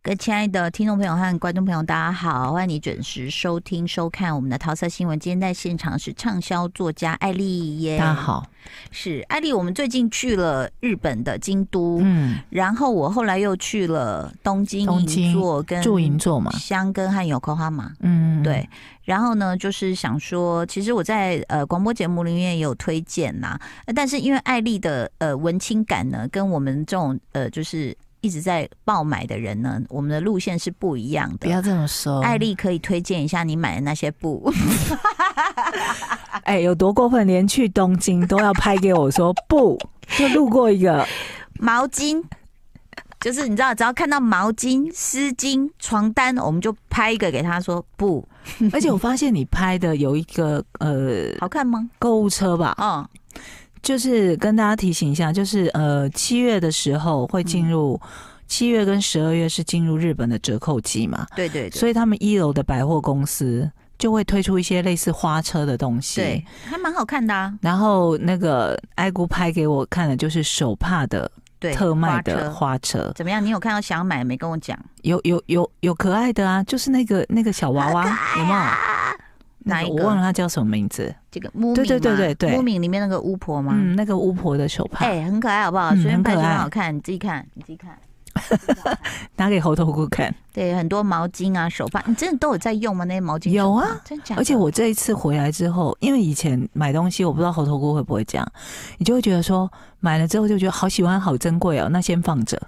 各位亲爱的听众朋友和观众朋友，大家好，欢迎你准时收听收看我们的桃色新闻。今天在现场是畅销作家艾丽耶，大家，好，是艾丽。我们最近去了日本的京都，嗯，然后我后来又去了东京嗯东银京座跟驻银座嘛，香根和有口哈马。嗯，对，然后呢，就是想说，其实我在呃广播节目里面也有推荐呐、呃但是因为艾丽的呃文青感呢，跟我们这种呃就是一直在爆买的人呢，我们的路线是不一样不的。要这么说，艾丽可以推荐一下你买的那些布，哎、有多过分？连去东京都要拍给我说 不，就路过一个，毛巾， 就是你知道，只要看到毛巾、湿巾、床单，我们就拍一个给他说不而且我发现你拍的有一个呃好看吗？购物车吧，哦，就是跟大家提醒一下，就是呃七月的时候会进入。嗯七月跟十二月是进入日本的折扣季嘛，对对对，所以他们一楼的百货公司就会推出一些类似花车的东西。对，还蛮好看的啊。然后那个爱姑拍给我看的就是手帕的对，特卖花的车花车，怎么样？你有看到想买没跟我讲？有有有有可爱的啊，就是那个那个小娃娃，有没有？啊哪那一个个？我忘了它叫什么名字。这个木对对对对对木敏里面那个巫婆吗？嗯，那个巫婆的手帕，哎、很可爱，好不好？嗯随便拍很随可爱便好看，你自己看，你自己看。拿给猴头菇看。对，很多毛巾啊、手帕，你真的都有在用吗？那些毛巾有啊手帕，真假的？而且我这一次回来之后，因为以前买东西，我不知道猴头菇会不会这样，你就会觉得说买了之后就觉得好喜欢，好珍贵哦，那先放着，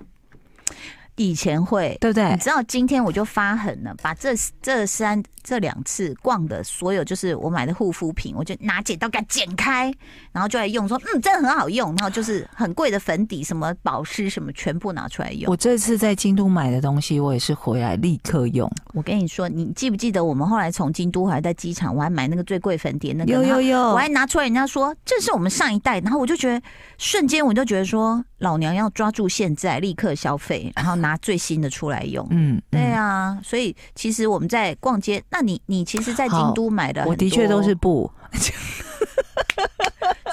以前会，对不对你？知道今天我就发狠了，把这这三这两次逛的所有就是我买的护肤品，我就拿剪刀给它剪开，然后就来用，说嗯，真的很好用，然后就是很贵的粉底、什么保湿什么，全部拿出来用。我这次在京都买的东西，我也是回来立刻用。我跟你说，你记不记得我们后来从京都还在机场，我还买那个最贵粉底那个，有然有后我有，还拿出来，人家说这是我们上一代，然后我就觉得瞬间我就觉得说，老娘要抓住现在，立刻消费，然后拿最新的出来用。嗯，对嗯，啊，所以其实我们在逛街，那你你其实，在京都买的，我的确都是布，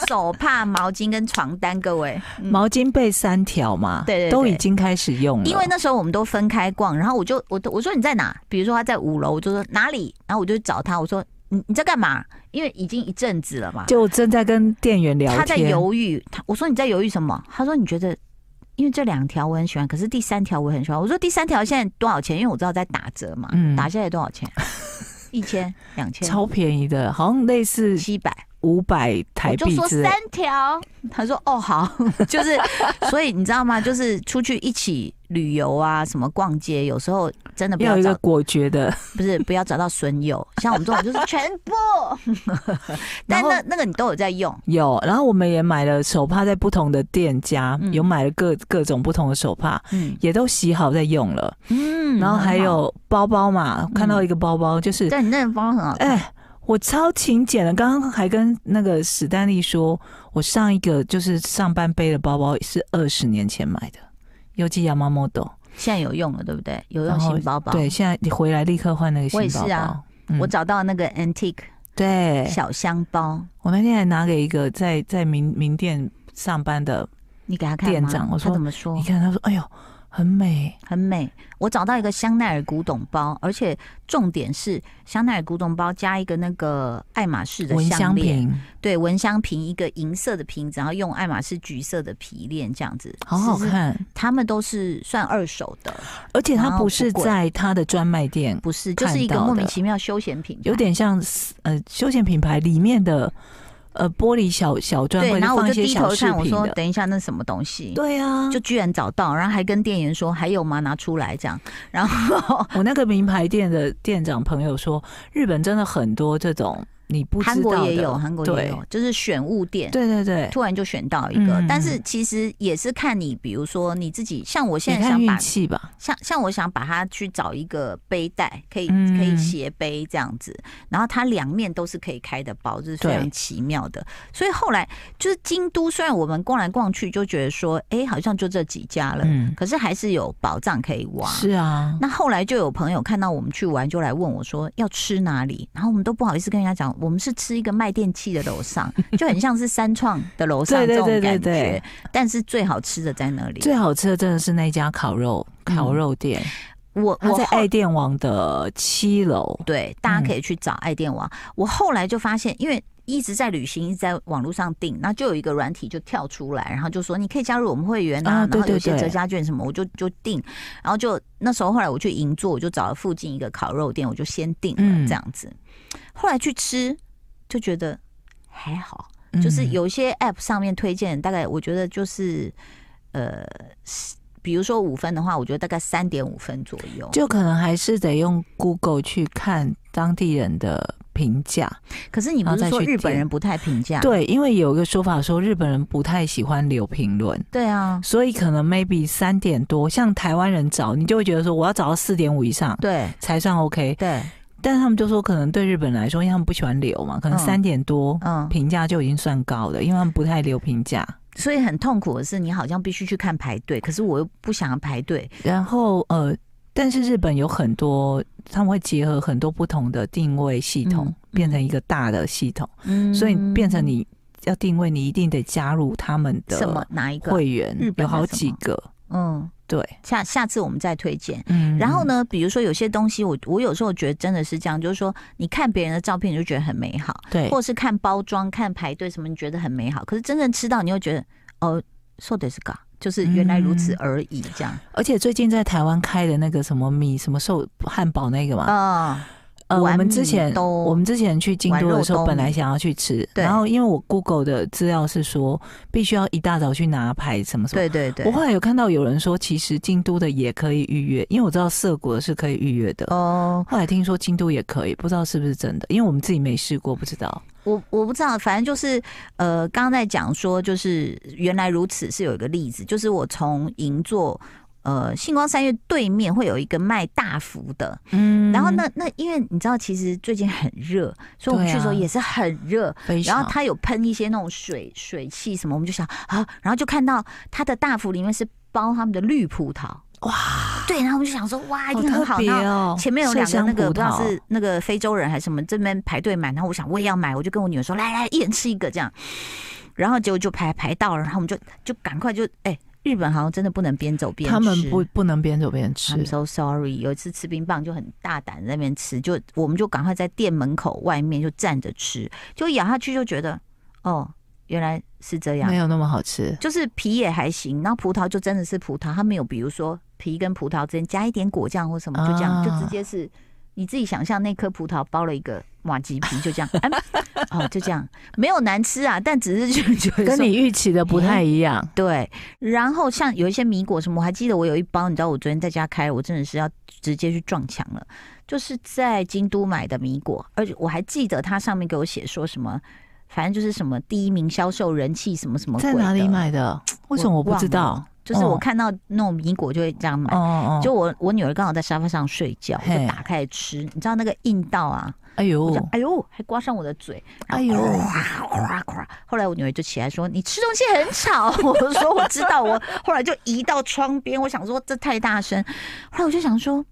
手帕、毛巾跟床单，各位，嗯毛巾被三条嘛，对对对都已经开始用了，因为那时候我们都分开逛，然后我就我都我说你在哪？比如说他在五楼，我就说哪里，然后我就找他，我说你你在干嘛？因为已经一阵子了嘛，就正在跟店员聊天，他在犹豫，他我说你在犹豫什么？他说你觉得，因为这两条我很喜欢，可是第三条我也很喜欢。我说第三条现在多少钱？因为我知道在打折嘛，嗯打下来多少钱？一千、两千、超便宜的，好像类似七百。五百我台就币说之三类。条，他说哦好， 就是所以你知道吗？就是出去一起旅游啊，什么逛街，有时候真的不要要有一找个果决的， 不是不要找到损友，像我们这种就是 全部。但然后那那个你都有在用，有，然后我们也买了手帕，在不同的店家、嗯有买了各各种不同的手帕，嗯也都洗好在用了。嗯然后还有包包嘛，看到一个包包就是很好，对你那个包很好看，哎、我超勤俭的。刚刚还跟那个史丹利说，我上一个就是上班背的包包是二十年前买的，尤其 Yamamoto。现在有用了，对不对？有用然后新包包，对，，现在你回来立刻换那个新我也包是包。啊嗯我找到那个 antique 对，小香包，我那天还拿给一个在在名名店上班的，你给他看吗店长我说他怎么说你？看他说，哎呦，很美，很美，我找到一个香奈儿古董包，而且重点是香奈儿古董包加一个那个爱马仕的蚊香项链，瓶，对，蚊香瓶一个银色的瓶子，然后用爱马仕橘色的皮链这样子，好好是不是。看，他们都是算二手的，而且然它后不不是贵在它的专卖店，不是，就是看一个到莫名的其妙休闲品牌，有点像呃休闲品牌里面的呃玻璃小小专对。柜，然后我放一就些低头小饰看，我品说的。等一下那什么东西，对啊，就就居然找到，然后还跟店员说还有吗？拿出来这样，然后我那个名牌店的店长朋友说，日本真的很多这种你不知道韩的，国也有，韩国也对有，就是选物店。对对对，突然就选到一个，嗯但是其实也是看你，比如说你自己，像我现你在看想运把气吧，像像我想把它去找一个背带，可以嗯可以斜背这样子，然后它两面都是可以开的包，这是非对常奇妙的。所以后来就是京都，虽然我们逛来逛去就觉得说，哎、好像就这几家了，嗯，可是还是有宝藏可以挖。是啊，那后来就有朋友看到我们去玩，就来问我说要吃哪里，然后我们都不好意思跟人家讲，我们是吃一个卖电器的楼 上，就很像是三创的楼上对这对种对感对觉。对，但是最好吃的在那里。最好吃的真的是那家烤肉烤嗯肉店，我他我在后爱电网的七楼，对，大家嗯可以去找爱电网。我后来就发现，因为一直在旅行，一直在网络上订，那就有一个软体就跳出来，然后就说你可以加入我们会员啊，啊对然后有一对些对折价券什么，我就就订。然后就那时候后来我去银座，我就找了附近一个烤肉店，我就先订了嗯这样子。后来去吃就觉得还好，就是嗯有一些 App 上面推荐，大概我觉得就是呃。比如说五分的话，我觉得大概三点五分左右。就可能还是得用 Google 去看当地人的评价。可是你不然是后再说去日本点人不太评价？对，因为有一个说法说日本人不太喜欢留评论，对啊，所以可能 maybe 三点多，像台湾人找你就会觉得说我要找到四点五以上对才算 OK，对，但他们就说可能对日本来说，因为他们不喜欢留嘛，可能嗯三点多。嗯，评价就已经算高了，因为他们不太留评价。所以很痛苦的是，你好像必须去看排队，可是我又不想要排队。然后呃，但是日本有很多，他们会结合很多不同的定位系统，嗯变成一个大的系统，嗯所以变成你要定位，你一定得加入他们的什么哪一个？会员，日本的有好什么几个，嗯，对，下下次我们再推荐。嗯然后？呢，比如说有些东西我，我有时候觉得真的是这样，就是说你看别人的照片你就觉得很美好，对或，者是看包装、看排队什么，你觉得很美好，可是真正吃到你又觉得哦，说的是嘎，就是原来如此嗯而已，这样而且最近在台湾开的那个什么米什么寿汉堡那个嘛，啊，呃，我丸们米之前都我们之前去京都的时丸肉候，都本来想要去吃，对然后因为我 Google 的资料是说必须要一大早去拿牌什么什么。对对对我，后来有看到有人说，其实京都的也可以预约，因为我知道涩谷的是可以预约的。哦，后来听说京都也可以，不知道是不是真的，因为我们自己没试过，不知道。我我不知道，反正就是呃，刚刚在讲说，就是原来如此是有一个例子，就是我从银座。呃，星光三月对面会有一个卖大福的，嗯然后那那因为你知道，其实最近很热，所以我们去对啊的时候也是很热。嗯非然常，后它有喷一些那种水水汽什么，我们就想啊，然后就看到它的大福里面是包他们的绿葡萄，哇，对，然后我们就想说哇，一定很好，特别然后哦，前面有两个那个麝香不葡知道萄是那个非洲人还是什么，这边排队买，然后我想我也要买，我就跟我女儿说来来，一人吃一个这样，然后结果就排排到了，然后我们就就赶快就哎、日本好像真的不能边走边吃，他们不不能边走边吃 I'm，so sorry。有一次吃冰棒就很大胆在那边吃，就我们就赶快在店门口外面就站着吃，就咬下去就觉得哦，原来是这样没，有那么好吃。就是皮也还行，然后葡萄就真的是葡萄，它没有比如说皮跟葡萄之间加一点果酱或什么，就这样，啊就直接是你自己想象那颗葡萄包了一个马吉皮，就这样，嗯哦，就这样，没有难吃啊，但只是 就觉得跟说你预期的不太一样，对，然后像有一些米果什么，我还记得我有一包，你知道我昨天在家开，我真的是要直接去撞墙了。就是在京都买的米果，而且我还记得它上面给我写说什么，反正就是什么第一名销售人气什么什么鬼在的哪里？买的？为什么我不知忘道了？就是我哦看到那种米果就会这样买。哦哦，就我我女儿刚好在沙发上睡觉，我就嘿打开来吃，你知道那个硬到啊，哎我呦就，哎呦，哦还刮上我的嘴，哎呦，咵咵。后来我女儿就起来说：“你吃东西很吵。”我说：“我知道。”我后来就移到窗边，我想说这太大声。后来我就想说，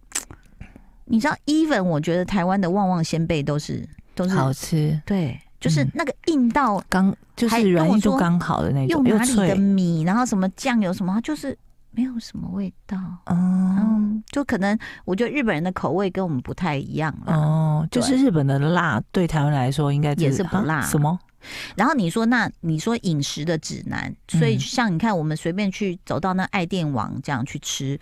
你知道，even 我觉得台湾的旺旺仙贝都是都是好吃，对，就是嗯那个硬到刚就还是软跟我硬度说刚好的那用种，又哪里的脆，米，然后什么酱油什么，它就是没有什么味道。嗯。嗯，就可能我觉得日本人的口味跟我们不太一样啦。哦，就是对日本的辣对台湾来说应该就也是不啊辣什么？然后你说那你说饮食的指南，所以嗯像你看，我们随便去走到那爱店王这样去吃，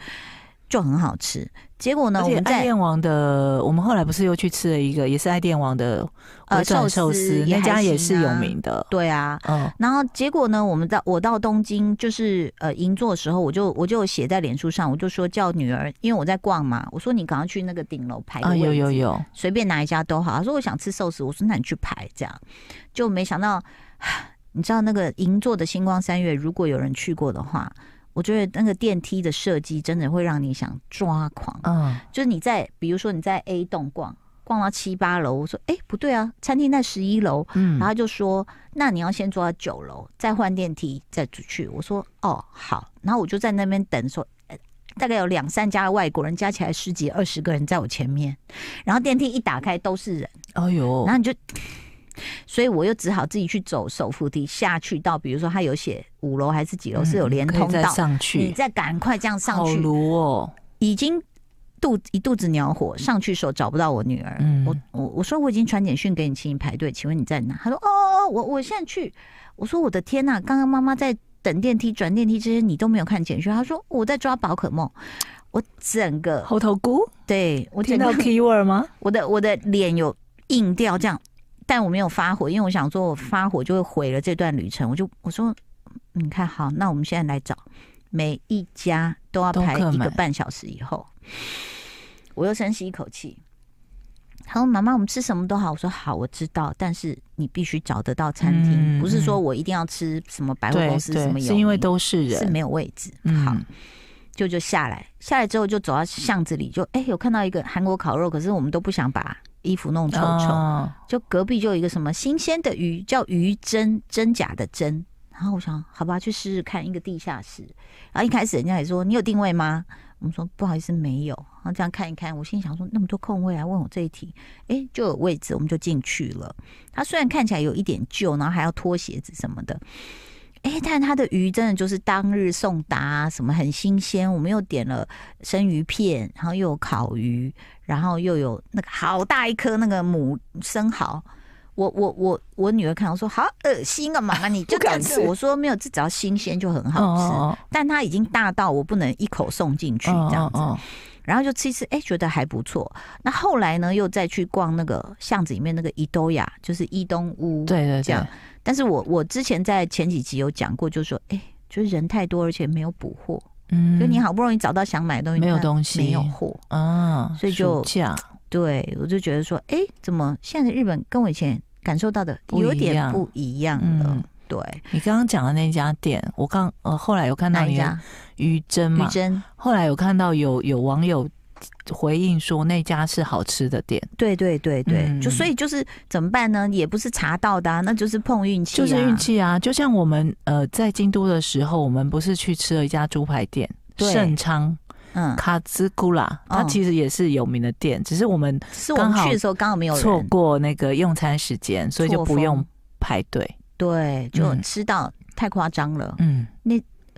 就很好吃。结果呢，而我且们爱在电王的，我们后来不是又去吃了一个，也是爱电王的回转寿呃寿司司，也那家还行啊也是有名的。对啊。嗯，然后结果呢？我们到我到东京，就是呃银座的时候，我就我就有写在脸书上，我就说叫女儿，因为我在逛嘛，我说你赶快去那个顶楼排个啊，位置，有有有，随便哪一家都好。她说我想吃寿司，我说那你去排这样，就没想到， 你知道那个银座的星光三月，如果有人去过的话，我觉得那个电梯的设计真的会让你想抓狂。嗯，就是你在比如说你在 A 栋逛，逛到七八楼，我说哎、不对啊，餐厅在十一楼，嗯然后他就说那你要先坐到九楼，再换电梯再出去。我说哦好，然后我就在那边等说。呃大概有两三家的外国人，加起来十几二十个人在我前面，然后电梯一打开都是人，哎呦然，后你就，所以我又只好自己去走手扶梯下去到，比如说他有写五楼还是几楼、嗯是有连可以通再道，上你去，再赶快这样上好去，炉哦，已经肚一肚子鸟火，上去时候找不到我女儿。嗯我我我说我已经传简讯给你，请你排队，请问你在哪？他说哦哦，哦我我现在去。我说我的天呐、刚刚妈妈在等电梯、转电梯之前，你都没有看简讯。他说我在抓宝可梦。我整个猴头菇，对我整听到个 keyword 吗？我的我的脸有硬掉这样，但我没有发火，因为我想说我发火就会毁了这段旅程。我就我说嗯你看好，那我们现在来找，每一家都要都排客一满个半小时以后。我又深吸一口气，他说：“妈妈，我们吃什么都好。”我说：“好，我知道，但是你必须找得到餐厅，嗯不是说嗯我一定要吃什么百货对公司什么有对，名，是因为都是是人，没有位置。嗯好，就就下来，下来之后就走到巷子里，就哎、有看到一个韩国烤肉，可是我们都不想把衣服弄臭臭，哦就隔壁就有一个什么新鲜的鱼，叫鱼真真假的真。然后我想，好吧，去试试看一个地下室。然后一开始人家也说你有定位吗？我们说不好意思没有。然后这样看一看，我心想说那么多空位来啊问我这一题，哎，就有位置，我们就进去了。它虽然看起来有一点旧，然后还要脱鞋子什么的，哎，但它的鱼真的就是当日送达啊，什么很新鲜。我们又点了生鱼片，然后又有烤鱼，然后又有那个好大一颗那个母生蚝。我我我我女儿看我说好恶心啊，妈妈你就 不敢敢吃？吃我说没有，这只要新鲜就很哦好吃。哦，但它已经大到我不能一口送进去这样子，哦，然后就吃一吃，哎、觉得还不错。那后来呢，又再去逛那个巷子里面那个伊都雅，就是伊东屋。哦，对这对对样，但是我我之前在前几集有讲过，就是说，哎、就是人太多，而且没有补货，嗯就你好不容易找到想买的东西，没有但东西没有货。啊，所以就暑假对，我就觉得说，哎、怎么现在的日本跟我以前感受到的不有一点样不一样了？嗯对，你刚刚讲的那家店，我刚呃后来有看到哪一你的家？于真玉嘛，珍，后来有看到有有网友回应说那家是好吃的店，对对对对，嗯就所以就是怎么办呢？也不是查到的、啊，那就是碰运气、啊，就是运。气啊，就像我们呃在京都的时候，我们不是去吃了一家猪排店对盛昌嗯，卡兹古拉，它嗯其实也是有名的店，只是我们是我们刚好去的时候刚好没有错人，过那个用餐时间，所以就错不用峰排队。对，就嗯吃到太夸张了。嗯，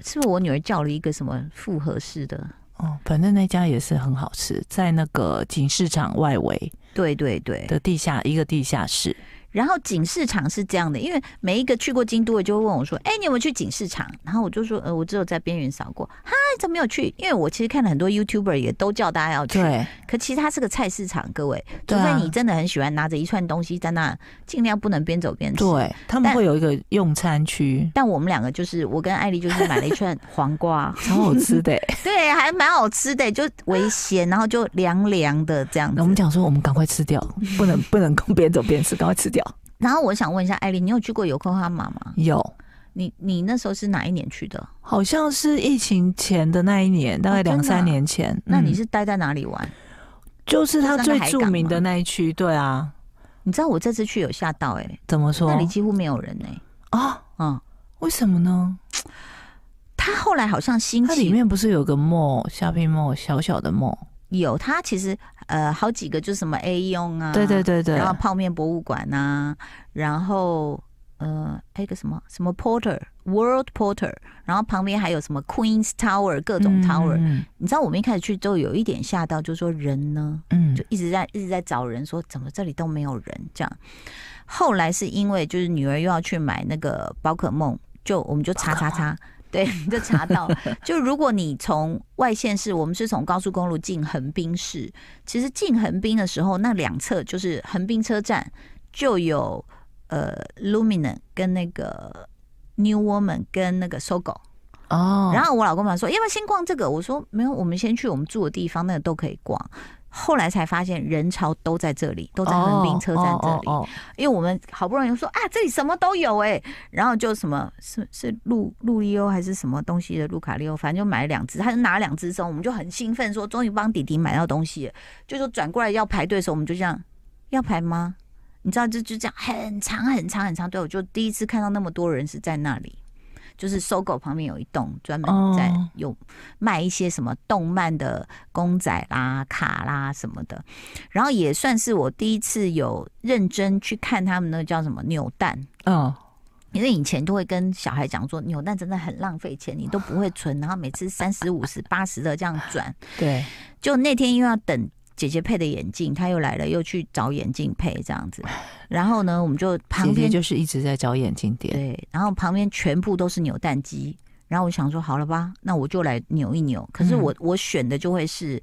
是不是我女儿叫了一个什么复合式的？哦，反正那家也是很好吃，在那个锦市场外围对对对，的地下一个地下室。然后景市场是这样的，因为每一个去过京都的就会问我说：“哎、你有没有去景市场？”然后我就说：“呃，我只有在边缘扫过。”哈，怎么没有去？因为我其实看了很多 YouTuber 也都叫大家要去，对，可其实它是个菜市场，各位，除对啊非你真的很喜欢拿着一串东西在那，尽量不能边走边吃。对，他们但会有一个用餐区，但我们两个就是我跟艾丽就是买了一串黄瓜， 超好吃的欸。对，还蛮好吃的，就微咸，然后就凉凉的这样子那我。们讲说，我们赶快吃掉，不能不能边走边吃，赶快吃掉。然后我想问一下艾丽，你有去过尤克哈马吗？有，你你那时候是哪一年去的？好像是疫情前的那一年，大哦概真的两啊三年前。那你嗯是待在哪里玩？就是它就是那个最海著港名吗的那一区，对啊？你知道我这次去有吓到哎、怎么说那里几乎没有人哎、啊？嗯，为什么呢？他后来好像兴它里起面不是有个 mall shopping mall 小小的 mall？、有，他其实呃好几个就是什么 A 用啊，对对对对然，后泡面博物馆啊，然后呃还有一个什么什么 Porter World Porter，然后旁边还有什么 Queen's Tower 各种 tower，、嗯你知道我们一开始去都有一点吓到，就说人呢，嗯就一直在一直在找人说怎么这里都没有人这样。后来是因为就是女儿又要去买那个宝可梦，就我们就查查查，对， 就查到，就如果你从外县市，我们是从高速公路进横滨市，其实进横滨的时候，那两侧就是横滨车站就有呃 Luminen 跟那个 New Woman 跟那个搜狗。哦，然后我老公嘛说，要不要先逛这个？我说没有，我们先去我们住的地方，那个都可以逛。后来才发现人潮都在这里，都在横滨车站这里，哦哦哦因为我们好不容易说啊，这里什么都有哎、然后就什么是是路路利欧还是什么东西的路卡利欧，反正就买了两只，他就拿了两只之后，我们就很兴奋说，终于帮弟弟买到东西了，就说转过来要排队的时候，我们就这样要排吗？你知道就就这样很长很长很长队，我就第一次看到那么多人是在那里。就是搜狗旁边有一栋专门在哦有卖一些什么动漫的公仔啦、卡啦什么的，然后也算是我第一次有认真去看他们那个叫什么扭蛋，嗯，因为以前都会跟小孩讲说，扭蛋真的很浪费钱，你都不会存，然后每次三十、五十、八十的这样转。对，就那天因为要等姐姐配的眼镜，她又来了，又去找眼镜配这样子。然后呢，我们就旁姐姐边就是一直在找眼镜店，对，然后旁边全部都是扭蛋机。然后我想说，好了吧，那我就来扭一扭。可是我、嗯我选的就会是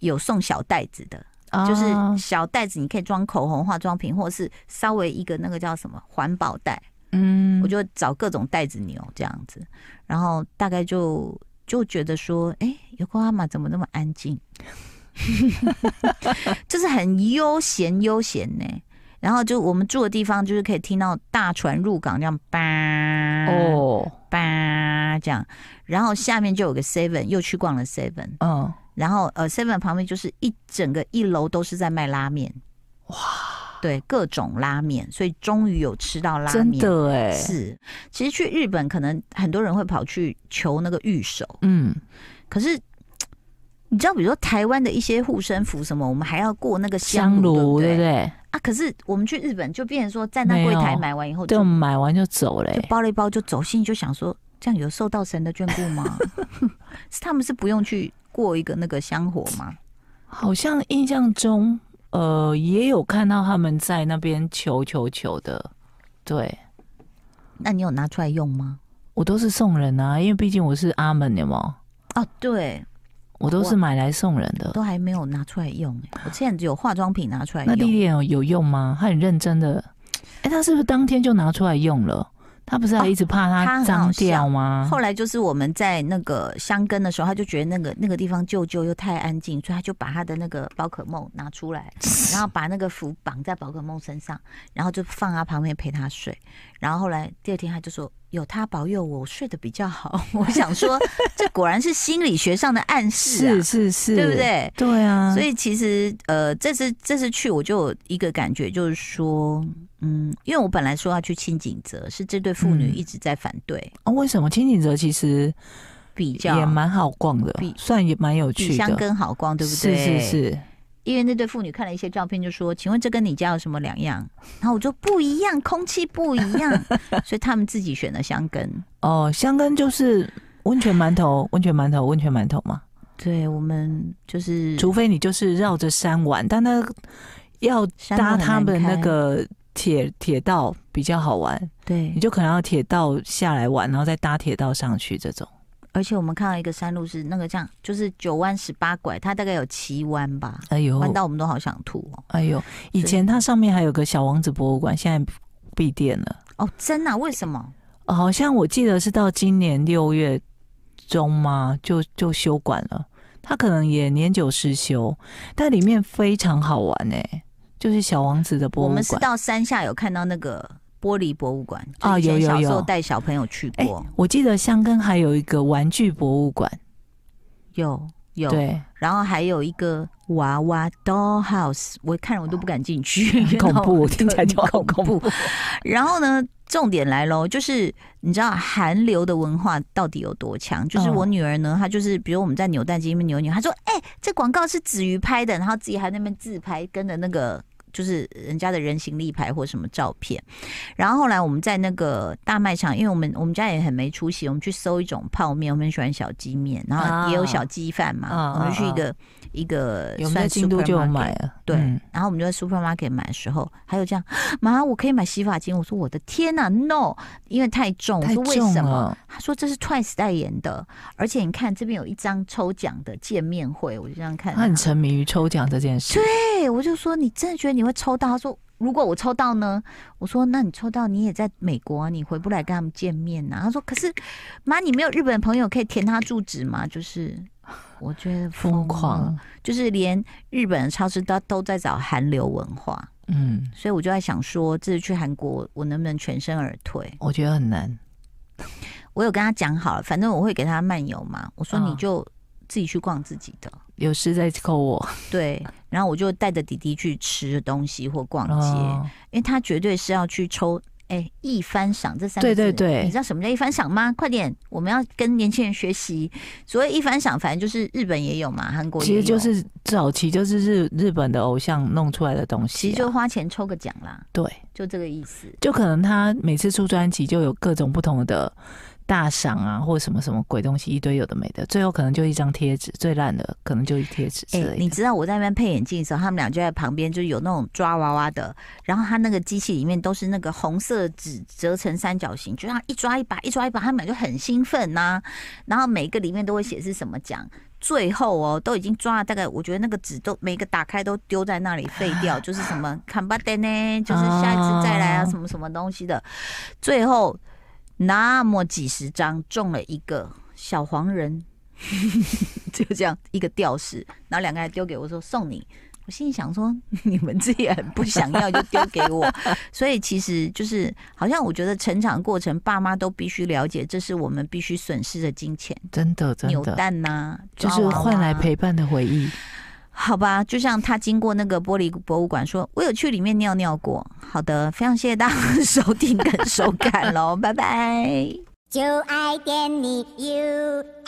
有送小袋子的，就是啊小袋子你可以装口红、化妆品，或是稍微一个那个叫什么环保袋。嗯我就找各种袋子扭这样子，然后大概就就觉得说，哎、有个阿玛怎么那么安静？ 就是很悠闲悠闲呢、然后就我们住的地方，就是可以听到大船入港这样叭哦，叭这样，然后下面就有个 seven，又去逛了 seven，嗯，然后呃 seven 旁边就是一整个一楼都是在卖拉面，哇，对，各种拉面，所以终于有吃到拉面，真的哎、是，其实去日本可能很多人会跑去求那个御守，嗯，可是你知道，比如说台湾的一些护身符什么，我们还要过那个香炉炉，对不不对？啊？可是我们去日本就变成说，在那没柜台有买完以后对，我就们买完就走嘞、就包了一包就走，心里就想说，这样有受到神的眷顾 吗？是他们是不用去过一个那个香火吗？好像印象中，呃，也有看到他们在那边求求求的，对那你有拿出来用吗？我都是送人啊，因为毕竟我是阿门的嘛，哦，对，我都是买来送人的。都还没有拿出来用、欸。我之前只有化妆品拿出来那用，丽丽有有用吗？她很认真的，哎、她是不是当天就拿出来用了？她不是还一直怕哦她它很脏好笑掉吗？后来就是我们在那个香根的时候，他就觉得那个那个地方旧旧又太安静，所以他就把他的那个宝可梦拿出 来，然后把那个符绑在宝可梦身上，然后就放他旁边陪他睡。然后后来第二天他就说。有他保佑我，我睡得比较好。 我想说，这果然是心理学上的暗示、啊，是是是，对不？对？对啊，所以以其实呃，这次这次去我就有一个感觉，就是说，嗯，因为我本来说要去清景泽，是这对父女嗯一直在反对，哦，为什么清景泽其实比较也蛮好逛的比，算也蛮有比趣的，香根好逛，对不对？是是。是，因为那对父女看了一些照片，就说：“请问这跟你家有什么两样？”然后我就不一样，空气不一样， 所以他们自己选了香根。哦，香根就是温泉馒头，温泉馒头，温泉馒头嘛。对我们就是除非你就是绕着山玩，但那要山路搭很他难们那开个铁铁道比较好玩，对你，就可能要铁道下来玩，然后再搭铁道上去这种。而且我们看到一个山路是那个这样，就是九弯十八拐，它大概有七弯吧，哎呦，弯到我们都好想吐哦。哎呦，所以以前它上面还有个小王子博物馆，现在闭店了。哦，真的啊、为什么？哦好像我记得是到今年六月中嘛，就就休馆了。它可能也年久失修，但里面非常好玩哎、就是小王子的博我物们是馆。到山下有看到那个玻璃博物馆啊就以前有有小时候有带小朋友去哎、过，我记得香根还有一个玩具博物馆，有有。 对，然后还有一个娃娃 doll house，我看了我都不敢进 去，很啊恐怖，听起来就很很 恐怖。。然后呢，重点来喽，就是你知道韩流的文化到底有多强？就是嗯我女儿呢，她就是比如我们在扭蛋机里面扭一扭，她说：“哎、这广告是子瑜拍的。”然后自己还在那边自拍，跟着那个。就是人家的人形立牌或什么照片，然后后来我们在那个大卖场，因为我们我们家也很没出息，我们去搜一种泡面，我们很喜欢小鸡面，然后也有啊小鸡饭嘛，啊我们就去一啊个一个有没算有京都就有 supermarket 买了？对，嗯然后我们就在 supermarket 买的时候，还有这样， 妈，我可以买洗发精。我说我的天呐、n o 因为太重。太我说为重什么？了，他说这是 Twice 代言的，而且你看这边有一张抽奖的见面会，我就这样看他。很沉迷于抽奖这件事。对，我就说你真的觉得你会抽到？他说如果我抽到呢？我说那你抽到你也在美国啊，你回不来跟他们见面呐、啊？他说可是妈，你没有日本朋友可以填他住址吗？就是我觉得 疯了狂，就是连日本的超市都都在找韩流文化，嗯，所以我就在想说，这次去韩国我能不能全身而退？我觉得很难。我有跟他讲好了，反正我会给他漫游嘛。我说嗯你就自己去逛自己的，有事再扣我。对。然后我就带着弟弟去吃东西或逛街，哦因为他绝对是要去抽。哎一番赏这三个对字，对对你知道什么叫一番赏吗？快点，我们要跟年轻人学习。所谓一番赏，反正就是日本也有嘛，韩国也其有，实就是早期就是日日本的偶像弄出来的东西啊、其实就花钱抽个奖啦，对，就这个意思。就可能他每次出专辑就有各种不同的大赏啊，或什么什么鬼东西一堆有的没的，最后可能就一张贴纸，最烂的可能就一贴纸之哎、类的。你知道我在那边配眼镜的时候，他们俩就在旁边，就是有那种抓娃娃的，然后他那个机器里面都是那个红色纸折成三角形，就这样一抓一把，一抓一把，他们俩就很兴奋呐、然后每一个里面都会写是什么奖，最后哦都已经抓了大概，我觉得那个纸都每一个打开都丢在那里废掉，就是什么坎巴丹呢，就是下一次再来啊，哦什么什么东西的，最后那么几十张中了一个小黄人， 就这样一个吊饰，然后两个还丢给我说送你。我心里想说，你们自己很不想要就丢给我，所以其实就是好像我觉得成长过程，爸妈都必须了解，这是我们必须损失的金钱，真的真扭的，蛋呐、就是抓娃娃换来陪伴的回忆。好吧，就像他经过那个玻璃博物馆说，我有去里面尿尿过。好的，非常谢谢大家的 收听跟收看喽，拜拜。就爱点你 UFO。